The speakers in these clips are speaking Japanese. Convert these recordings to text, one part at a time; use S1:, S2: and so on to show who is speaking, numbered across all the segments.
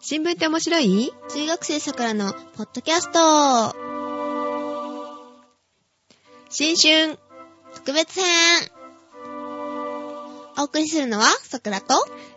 S1: 新聞って面白い
S2: 中学生さくらのポッドキャスト
S1: 新春
S2: 特別編お送りするのはさくらと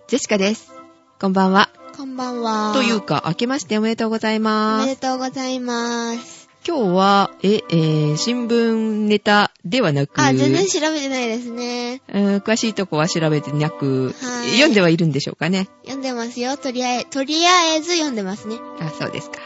S1: ジェシカです。こんばんは。
S2: こんばんは。
S1: というか、明けましておめでとうござい
S2: お
S1: ます
S2: めで。とうございます。
S1: 今日は、え、えー新聞ネタではなく、
S2: あ、全然調べてないですね。
S1: うん詳しいとこは調べてなく、
S2: はい
S1: 読んではいるんでしょうかね。
S2: 読んでますよ。とりあえず、とりあえず読んでますね。
S1: あ、そうですか。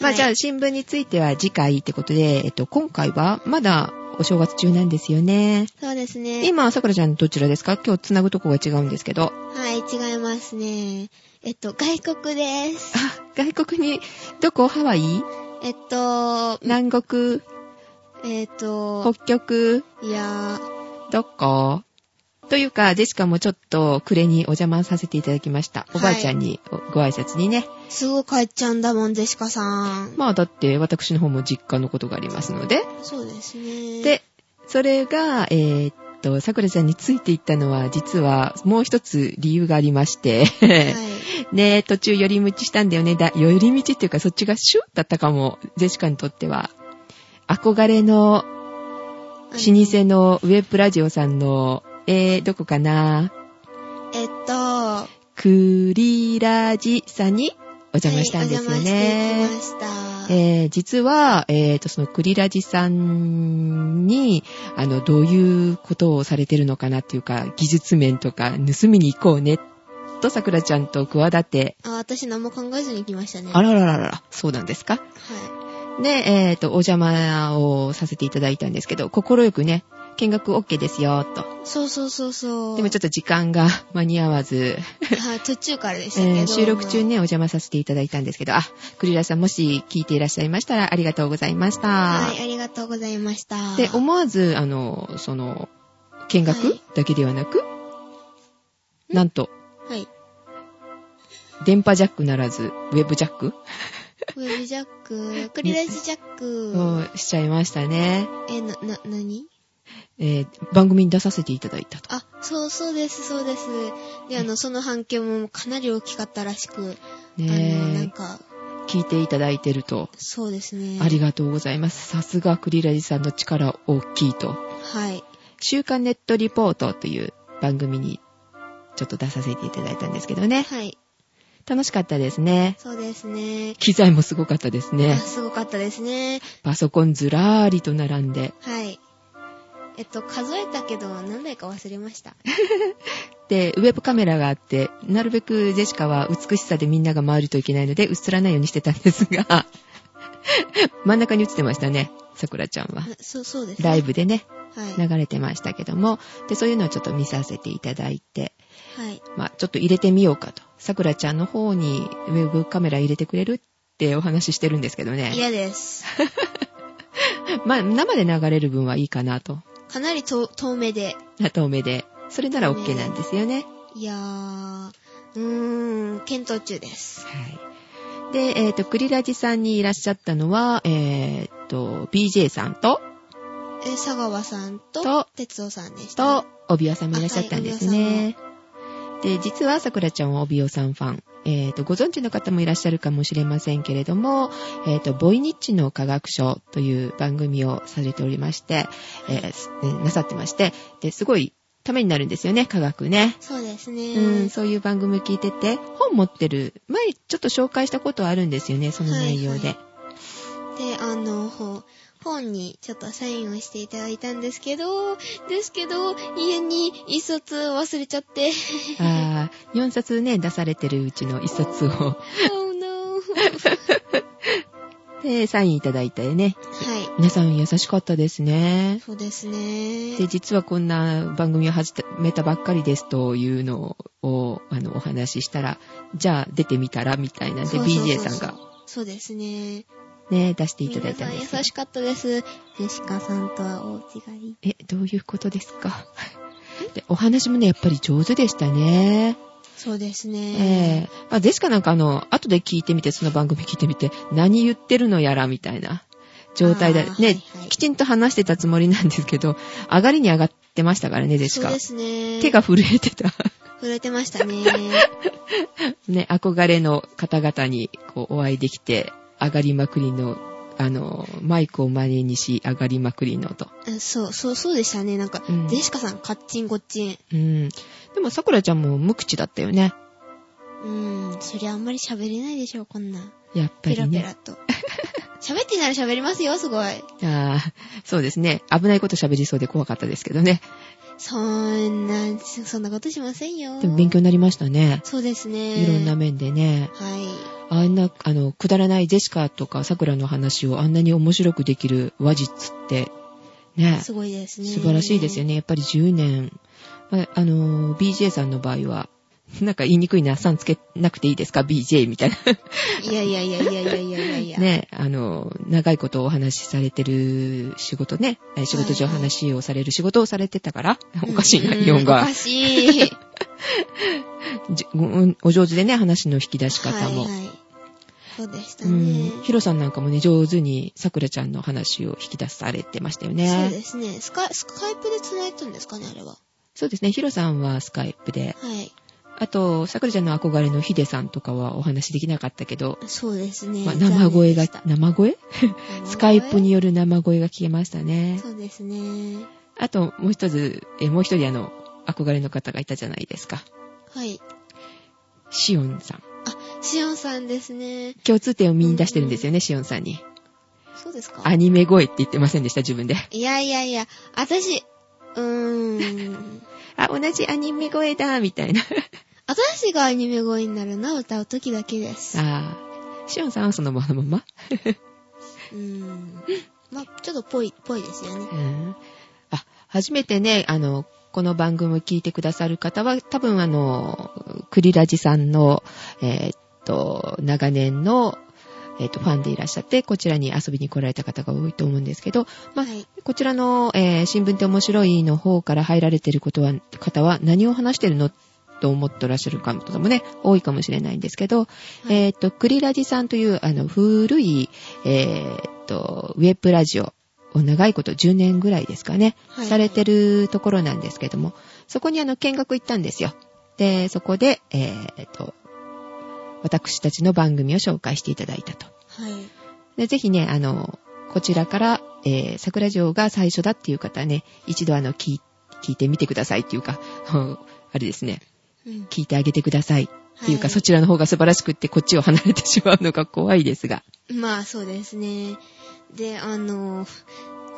S1: まあ、
S2: はい
S1: じゃあ新聞については次回ってことで、えっと、今回はまだお正月中なんですよね。
S2: そうですね。
S1: 今、さくらちゃんどちらですか今日繋ぐとこが違うんですけど。
S2: はい、違いますね。えっと、外国です。
S1: あ、外国に、どこハワイ
S2: えっと、
S1: 南国
S2: えっと
S1: 北、極
S2: いや
S1: どこというか、ジェシカもちょっと暮れにお邪魔させていただきました。おばあちゃんにおご挨拶にね。
S2: ー、すぐ帰っちゃうんだもん、ゼシカさん。
S1: まあだって私の方も実家のことがありますので。
S2: そうですね。、
S1: で、それが、えーっと、さくらちゃんについていったのは、実はもう一つ理由がありまして、
S2: はい。
S1: ね途中寄り道したんだよね。だ寄り道っていうかそっちがシュッだったかも、ジェシカにとっては。憧れの
S2: あ
S1: 老
S2: の
S1: 舗のウェブラジオさんの、えー、どこかな
S2: えっと、
S1: クリラジさんにお邪魔したんですよ
S2: はいお
S1: ね。
S2: 邪魔してきました。
S1: えー実は、えーと、そのクリラジさんに、あの、どういうことをされてるのかなっていうか、技術面とか、盗みに行こうね、と、桜ちゃんと企て、
S2: あ、私何も考えずに来ましたね。
S1: あ
S2: は
S1: ら
S2: い。
S1: らららら、そうなんですかで、えーと、お邪魔をさせていただいたんですけど、心よくね、見学 OK ですよ、と。
S2: そうそうそうそう。
S1: でもちょっと時間が間に合わず、
S2: はい、途中からでしたけど。
S1: えー収録中
S2: に。
S1: ね、お邪魔させていただいたんですけど、あ、クリラさんもし聞いていらっしゃいましたら、ありがとうございました。
S2: はい、ありがとうございました。
S1: で、思わず、あの、その、見
S2: は
S1: 学
S2: い
S1: だけではなく、なんと、
S2: はい。
S1: 電波ジャックならず、ウェブジャック
S2: ウェブジャック、クリラジジャック。
S1: をしちゃいましたね。
S2: え、な、な、なに
S1: えー番組に出させていただいたと。
S2: あ、そうそうです、そうです。で、あの、その反響もかなり大きかったらしく、あの、なん
S1: ね
S2: か、
S1: え聞いていただいてると、
S2: そうですね。
S1: ありがとうございます。さすがクリラジさんの力大きいと。
S2: はい。
S1: 週刊ネットリポートという番組にちょっと出させていただいたんですけどね。
S2: はい。
S1: 楽しかったですね。
S2: そうですね。
S1: 機材もすごかったです
S2: あ
S1: ね。
S2: すごかったですね。
S1: パソコンずらーりと並んで。
S2: はい。えっと、数えたけど、何台か忘れま した。
S1: で、ウェブカメラがあって、なるべくジェシカは美しさでみんなが回るといけないので、映らないようにしてたんですが、 真ん中に映ってましたね、さくらちゃんは
S2: な。そう、そうです、ね。
S1: ライブでね、
S2: はい。
S1: 流れてましたけども、で、そういうのをちょっと見させていただいて、
S2: はい。
S1: まあ、ちょっと入れてみようかと。さくらちゃんの方にウェブカメラ入れてくれるってお話ししてるんですけどね。
S2: 嫌です。
S1: まあ、生で流れる分はいいかなと。
S2: かなりと遠目で。
S1: 遠目で。それなら OK なんですよね。
S2: いやー、うーん、検討中です。
S1: はい。で、えっ、と、クリラジさんにいらっしゃったのは、えっ、と、BJ さんと、
S2: え、佐川さんと、
S1: と、
S2: 哲夫さんでした、
S1: と、帯尾さんもいらっしゃったんですね。で、実はさくらちゃんは帯尾さんファン。えっ、と、ご存知の方もいらっしゃるかもしれませんけれども、えっ、と、ボイニッチの科学書という番組をされておりまして、えーすえーなさってまして、で、すごいためになるんですよね、科学ね。
S2: そうですね。
S1: うん、そういう番組聞いてて、本持ってる、前ちょっと紹介したことあるんですよね、その内容で。
S2: はいで、あの、ほ本にちょっとサインをしていただいたんですけど、ですけど、家に一冊忘れちゃ って。
S1: あー4冊ね、出されてるうちの1冊を、
S2: oh no.
S1: で、サインいただいてね。
S2: は
S1: 皆さん優しかったですね
S2: い。。そうですね。
S1: で、実はこんな番組を始めたばっかりですというのを、あの、お話ししたら、じゃあ出てみたらみたいなんで、
S2: そうそうそうそう
S1: BJ さんが
S2: そうですね。
S1: ね、出していただ
S2: 皆
S1: いた
S2: さ
S1: ん
S2: ん
S1: で
S2: 優
S1: すよ。
S2: しかったです。ジェシカさんとは大違い。
S1: え、どういうことですかでお話もね、やっぱり上手でしたね。
S2: そうです
S1: え
S2: ね。
S1: えまあ、ですかなんかあの、後で聞いてみて、その番組聞いてみて、何言ってるのやらみたいな状態だ
S2: あ。ー
S1: ね、
S2: はいはい
S1: きちんと話してたつもりなんですけど、上がりに上がってましたからね、ジェシ
S2: そう
S1: カ
S2: で。すね。
S1: 手が震えてた。
S2: 震えてましたね。
S1: ね、憧れの方々にこうお会いできて、上がりまくりの、あの、マイクを真似にし、上がりまくりのと。
S2: うんそう、そう、そうでしたね。なんか、
S1: うん
S2: デシカさん、カッチンコッチン。
S1: うん。でも、さくらちゃんも無口だったよね。
S2: うん、そりゃあんまり喋れないでしょ、こんなん。
S1: やっぱ
S2: ペ
S1: り
S2: ラペ
S1: ね。
S2: ラと。 喋ってなら喋りますよ、すごい。
S1: ああ、そうですね。危ないこと喋りそうで怖かったですけどね。
S2: そんな、そそんなことしませんよ。
S1: でも勉強になりましたね。
S2: そうですね。
S1: いろんな。面でね。
S2: はい。
S1: あんな、あの、くだらないジェシカとかさくらの話をあんなに面白くできる話術って、ね。
S2: すごいですね。
S1: 素晴らしいですよ
S2: ね。
S1: ね。やっぱり10年。まあ、あの、BJ さんの場合は、 なんか言いにくいな、さんつけなくていいですか ?BJ みたい
S2: いやいやいやいやいやいやいやい
S1: な。
S2: や。
S1: ね、あの、長いことお話しされてる仕事ね、え仕事上
S2: はいはい
S1: 話をされる仕事をされてたから、
S2: うん。
S1: おかしいな、
S2: うん
S1: 日本
S2: お
S1: が
S2: か。しい。
S1: じうんお上手でね、話の引き出し方も。
S2: はいはい。そうでした
S1: うん
S2: ね。。
S1: ヒロさんなんかもね、上手にさくらちゃんの話を引き出されてましたよ
S2: そう
S1: ね。
S2: ですね。スカスカイプで繋いだんですかね、あれは。
S1: そうですね、ヒロさんはスカイプで。
S2: はい。
S1: あと、さくらちゃんの憧れのヒデさんとかはお話できなかったけど、
S2: そうですね。
S1: まあ、生声が
S2: 残念でした、
S1: 生声スカイプ。による生声が聞けました
S2: 生
S1: ね
S2: 声。そうですね。
S1: あと、もう一つ、えもう一人あの、憧れの方がいたじゃないですか。
S2: はい。
S1: シオンさん。
S2: シオンさんですね。
S1: 共通点を見出してるんですよね、シオンさんに。
S2: そうですか
S1: アニメ声って言ってませんでした、自分で。
S2: いやいやいや、私、うーん。
S1: あ、同じアニメ声だ、みた いな。
S2: 私がアニメ声になるのは歌う時だけです。
S1: あーシオンさんはそのまま。
S2: うーん。まあ、ちょっとぽい、ぽいですよね。
S1: うんあ、初めてね、あの、この番組を聞いてくださる方は、多分あの、クリラジさんの、えーっと、長年の、えーっと、ファンでいらっしゃって、こちらに遊びに来られた方が多いと思うんですけど、まあ、
S2: はい。
S1: こちらの、えー新聞って面白いの方から入られてることは、方は何を話してるのと思ってらっしゃる方もね、多いかもしれないんですけど、
S2: い
S1: えーっと、クリラジさんという、あの、古い、えーっと、ウェブラジオを長いこと10年ぐらいですかね、
S2: はい
S1: されてるところなんですけども、そこにあの、見学行ったんですよ。で、そこで、えーっと、私たちの番組を紹介していただいたと。
S2: はい。
S1: で、ぜひね、あの、こちらから、えー桜城が最初だっていう方はね、一度あの、聞い聞いてみてくださいっていうか、 あれですね、
S2: うん。
S1: 聞いてあげてくださいっていうか、
S2: はい
S1: そちらの方が素晴らしくって、こっちを離れてしまうのが 怖いですが。
S2: まあ、そうですね。で、あの、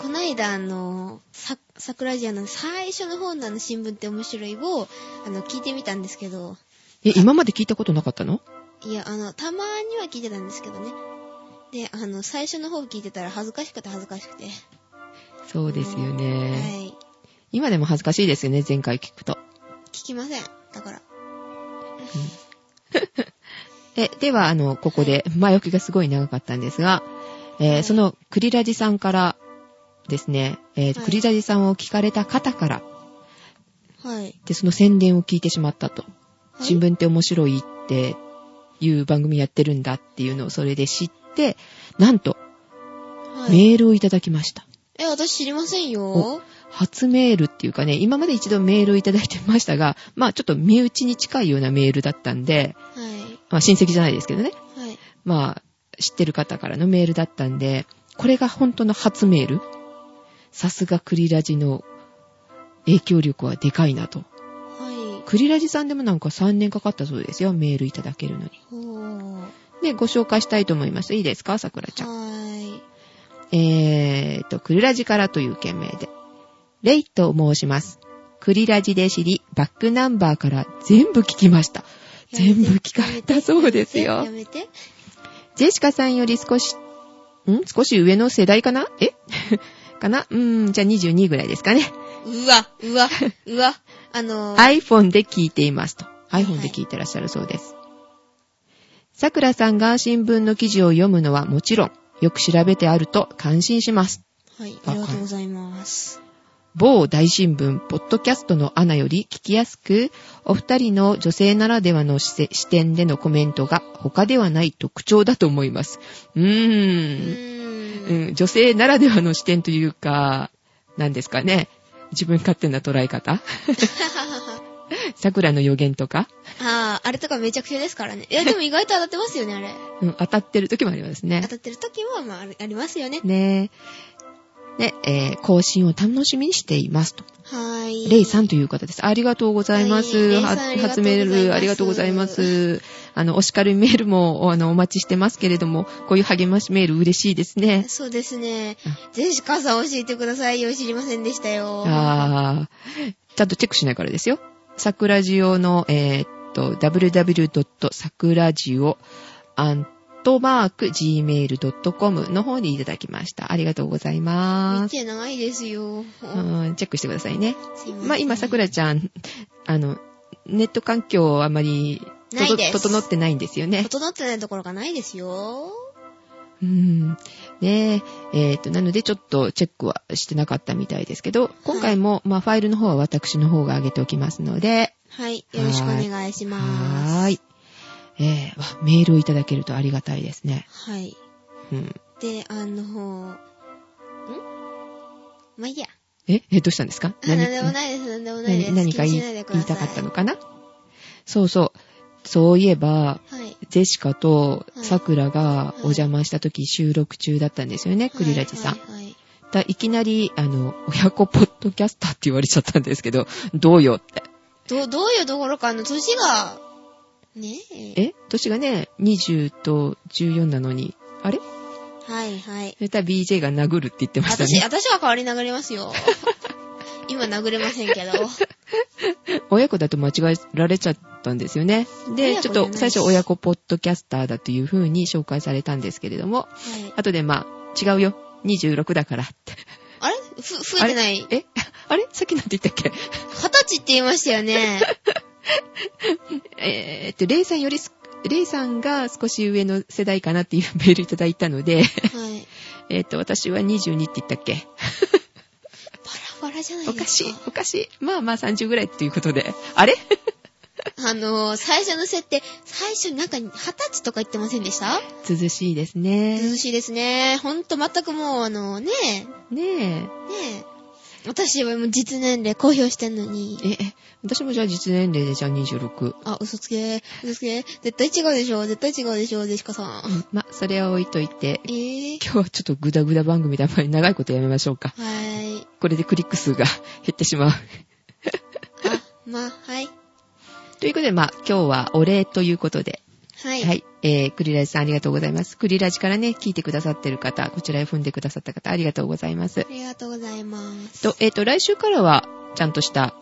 S2: こないだ、あの、さ、桜ジアの最初の方のあの新聞って面白いを、あの、聞いてみたんですけど、
S1: え、今まで聞いたことなかったの
S2: いや、あの、たまには聞いてたんですけどね。で、あの、最初の方聞いてたら恥ずかしくて恥ずかしくて。
S1: そうですよね。
S2: はい。
S1: 今でも恥ずかしいですよね、前回聞くと。
S2: 聞きません。だから。
S1: え、では、あの、ここで、前置きがすごい長かったんですが、えーその、クリラジさんからですね、えー
S2: はい
S1: クリラジさんを聞かれた方から、
S2: はい。
S1: で、その宣伝を聞いてしまったと。
S2: はい
S1: 新聞って面白いっていう番組やってるんだっていうのをそれで知って、なんと、
S2: はい。
S1: メールをいただきました。
S2: え、私知りませんよ
S1: お。初メールっていうかね、今まで一度メールをいただいてましたが、まあちょっと身内に近いようなメールだったんで、
S2: はい。
S1: まあ親戚じゃないですけどね、
S2: はい。
S1: まあ知ってる方からのメールだったんで、これが本当の初メール。さすがクリラジの影響力はでかいなと。
S2: はい。
S1: クリラジさんでもなんか3年かかったそうですよ、メールいただけるのに。
S2: ほー。は
S1: で、ご紹介したいと思います。いいですか、さくらちゃん。
S2: ーい。
S1: えーと、クリラジからという件名で。レイと申します。クリラジで知り、バックナンバーから全部聞きました。全部聞かれたそうですよ
S2: や。めて。やめて
S1: ジェシカさんより少し、ん少し上の世代かなえ かなうーん、じゃあ22ぐらいですかね。
S2: うわ、うわ、うわ。あの、 い。
S1: iPhone で聞いていますと。
S2: い
S1: iPhone で聞いてらっしゃるそうです。さくらさんが新聞の記事を読むのはもちろん、よく調べてあると感心します。
S2: はい。ありがとうございます。
S1: 某大新聞、ポッドキャストのアナより聞きやすく、お二人の女性ならではの視線視点でのコメントが他ではない特徴だと思います。う
S2: う
S1: ーん,、う
S2: ーん。
S1: ん。女性ならではの視点というか、何ですかね。自分勝手な捉え方
S2: はははは。
S1: 桜の予言とか、
S2: ああ、あれとかめちゃくちゃですからね。いや、でも意外と当たってますよね、あれ。
S1: うん、当たってる時もありますね
S2: 当。たってる時は、まあ、あるありますよね。
S1: ねえ。ね、えー更新を楽しみにしていますと。
S2: はーい。
S1: レイさんという方です。ありがとうございます。
S2: はい
S1: は
S2: レイさん
S1: 初メールあ
S2: あ
S1: り
S2: り
S1: が
S2: が
S1: と
S2: と
S1: う
S2: う
S1: ご
S2: ご
S1: ざ
S2: ざ
S1: い
S2: い
S1: ま。
S2: ます
S1: あの、お叱りメールも、あの、お待ちしてますけれども、こういう励ましメール嬉しいですね。
S2: そうですね
S1: あ。
S2: ぜひ母さん教えてくださいよ。知りませんでしたよ。
S1: あーちゃんとチェックしないからですよ。桜ジオの、えーっと、www.sakurajio アントマーク gmail.com の方にいただきました。ありがとうございま
S2: 見
S1: す。
S2: てないですよ。
S1: うんチェックしてくださいね。
S2: すいせん
S1: まあ、今、桜ちゃん、あの、ネット環境あまり、と
S2: ない
S1: ど
S2: です
S1: 整ってないんですよね。
S2: 整ってないところがないですよ。
S1: うん。ねえ。えっ、と、なのでちょっとチェックはしてなかったみたいですけど、今回も、まあ、ファイルの方は私の方が上げておきますので、
S2: はい。よろしくお願いします。
S1: はーい。えー、わメールをいただけるとありがたいですね。
S2: はい。
S1: うん。
S2: で、あの、んまあ、いいや。
S1: え、えどうしたんですか
S2: あ なんでもないです、なんでもないで
S1: 何何
S2: す。
S1: か言
S2: 気に
S1: い
S2: しないでく
S1: 言
S2: だ
S1: い
S2: さ
S1: た
S2: い
S1: かったのかなそうそう。そういえば、
S2: はい。
S1: ジェシカと
S2: はい
S1: さくらがお邪魔した時収録中だったんですよね、クリラジさん。
S2: はいはいはい
S1: だいきなり、あの、親子ポッドキャスターって言われちゃったんですけど、どうよって。
S2: ど、どういうところか、あの、年が、ねえ。
S1: え年がね、20と14なのに、あれ
S2: はいはい
S1: そ。れたら BJ が殴るって言ってました
S2: 私、
S1: ね。
S2: 私は代わりに殴れますよ。 今殴れませんけど。
S1: 親子だと間違えられちゃったんですよね。で、
S2: 親子
S1: ちょ
S2: じゃ
S1: っ
S2: ない
S1: と最初親子ポッドキャスターだという風に紹介されたんですけれども、
S2: はい。
S1: 後でまあ、違うよ。26だからって。
S2: あれふ、増えてない。
S1: えあれさっきなんて言ったっけ
S2: 二十歳って言いましたよね。
S1: えーっと、レイさんよりす、レイさんが少し上の世代かなっていうメールいただいたので、
S2: はい。
S1: えーっと、私は22って言ったっけ
S2: バラバラじゃない
S1: お
S2: ですか。
S1: かしい、おかしい。まあまあ30ぐらいっていうことで。あれ
S2: あのー、最初の設定、最初なんか二十歳とか言ってませんでした
S1: 涼しいですね
S2: 涼。しいですね。ほんと全くもう、あのー、ねえ、ね
S1: ね
S2: え。私はもう実年齢公表してんのに。
S1: え。え、え私もじゃあ実年齢でじゃあ26。
S2: あ、嘘つけ、嘘つけ。絶対違うでしょ、絶対違うでしょ、ジェシカさん。
S1: まあ、それは置いといて。
S2: えぇ、
S1: 今日はちょっとグダグダ番組であんまり長いことやめましょうか。
S2: はーい。
S1: これでクリック数が減ってしまう。
S2: あ、まあ、はい。
S1: ということで、まあ、今日はお礼ということで。
S2: はい。
S1: はい。えー、クリラジさんありがとうございます。クリラジからね、聞いてくださってる方、こちらへ踏んでくださった方、ありがとうございます
S2: あ。りがとうございます。
S1: と、えっ、と、来週からは、ちゃんとした、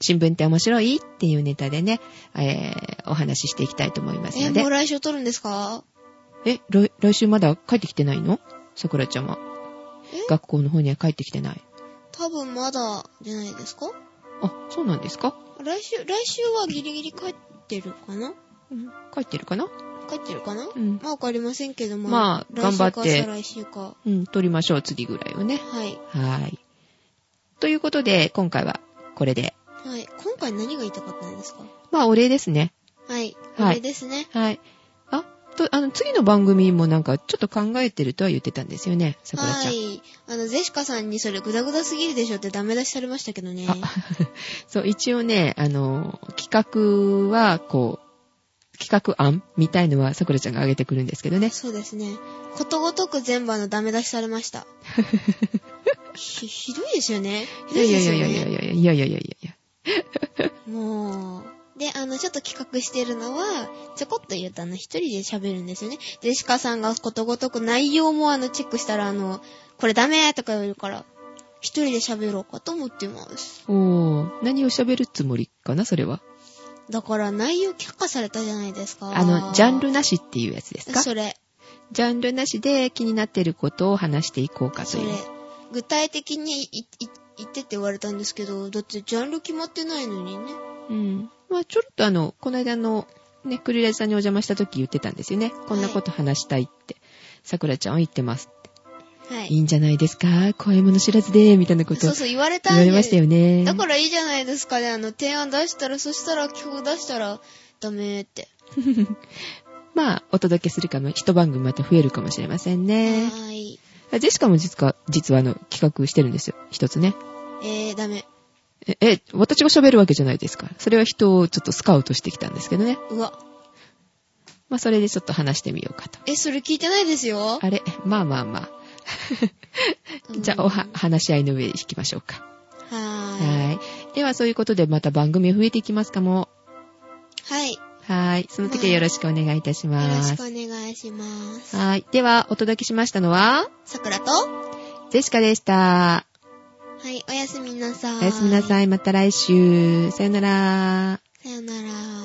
S1: 新聞って面白いっていうネタでね、えー、お話ししていきたいと思います
S2: え、
S1: ので
S2: もう。来週撮るんですか
S1: え、来来週まだ帰ってきてないのさくらちゃんは。
S2: え
S1: 学校の方には帰ってきてない。
S2: 多分まだじゃないですか
S1: あ、そうなんですか、
S2: 来週、来週はギリギリ帰ってるかな
S1: うん、帰ってるかな
S2: 帰ってるかな
S1: うん。
S2: まあわかりませんけども。
S1: まあ頑張って
S2: 来週か再来週か。
S1: うん、撮りましょう、次ぐらいをね。
S2: はい。
S1: はーい。ということで、今回はこれで。
S2: はい。今回何が言いたかったんですか
S1: まあ、お礼ですね。
S2: はい。
S1: はい
S2: あれですね。
S1: はい。あ、と、あの、次の番組もなんか、ちょっと考えてるとは言ってたんですよね、さくらち
S2: は
S1: ゃん。
S2: い。あの、ゼシカさんにそれグダグダすぎるでしょってダメ出しされましたけどね。
S1: あそう、一応ね、あの、企画は、こう、企画案みたいのはさくらちゃんが上げてくるんですけどね。
S2: そうですね。ことごとく全部あの、ダメ出しされました。ひ、ひどいですよね。ひ
S1: い
S2: ど
S1: や
S2: い
S1: いや
S2: で
S1: い
S2: す
S1: や
S2: よ
S1: い
S2: ね。
S1: やいやいやいやいやいやいや。
S2: もう、で、あの、ちょっと企画してるのは、ちょこっと言うとあの、一人で喋るんですよね。ジェシカさんがことごとく内容もあの、チェックしたらあの、これダメとか言われるから、一人で喋ろうかと思ってます。
S1: おー、何を喋るつもりかな、それは。
S2: だから内容却下されたじゃないですか。
S1: あの、ジャンルなしっていうやつですか
S2: それ、
S1: ジャンルなしで気になっていることを話していこうかと
S2: そ
S1: い
S2: れ
S1: う。。
S2: 具体的にいい言ってって言われたんですけど、だってジャンル決まってないのにね。
S1: うん。まあちょっとあの、この間の、ね、クリラジさんにお邪魔した時言ってたんですよね。こんなこと話したいって。さくらちゃんは言ってますって。、
S2: はい
S1: い
S2: い。
S1: んじゃないですか怖いもの知らずで、みたいなこと
S2: そうそう、言われたん
S1: 言われましたよね。
S2: だからいいじゃないですかね。あの、提案出したら、そしたら曲出したら、ダメって。
S1: まあ、お届けするかも、一番組また増えるかもしれませんね。
S2: はーい。
S1: ジェシカも実は、実はあの、企画してるんですよ。一つね。
S2: えー、ダメ。
S1: ええ、私が喋るわけじゃないですから。それは人をちょっとスカウトしてきたんですけどね。
S2: うわ。
S1: まあ、それでちょっと話してみようかと。
S2: え、それ聞いてないですよ。
S1: あれまあまあまあ。 じゃあ、おは、話し合いの上引きましょうか。
S2: はーい。
S1: はい。では、そういうことでまた番組増えていきますかも。
S2: はい。よ
S1: はい。その時はよろしくお願いいたしま
S2: ろ
S1: す
S2: しく。お願いします。
S1: はい。では、お届けしましたのは、
S2: さくらと、は
S1: ジェシカでした。
S2: い、おやすみなさい。。
S1: おやすみないさい。また来週。さよなら。
S2: さよなら。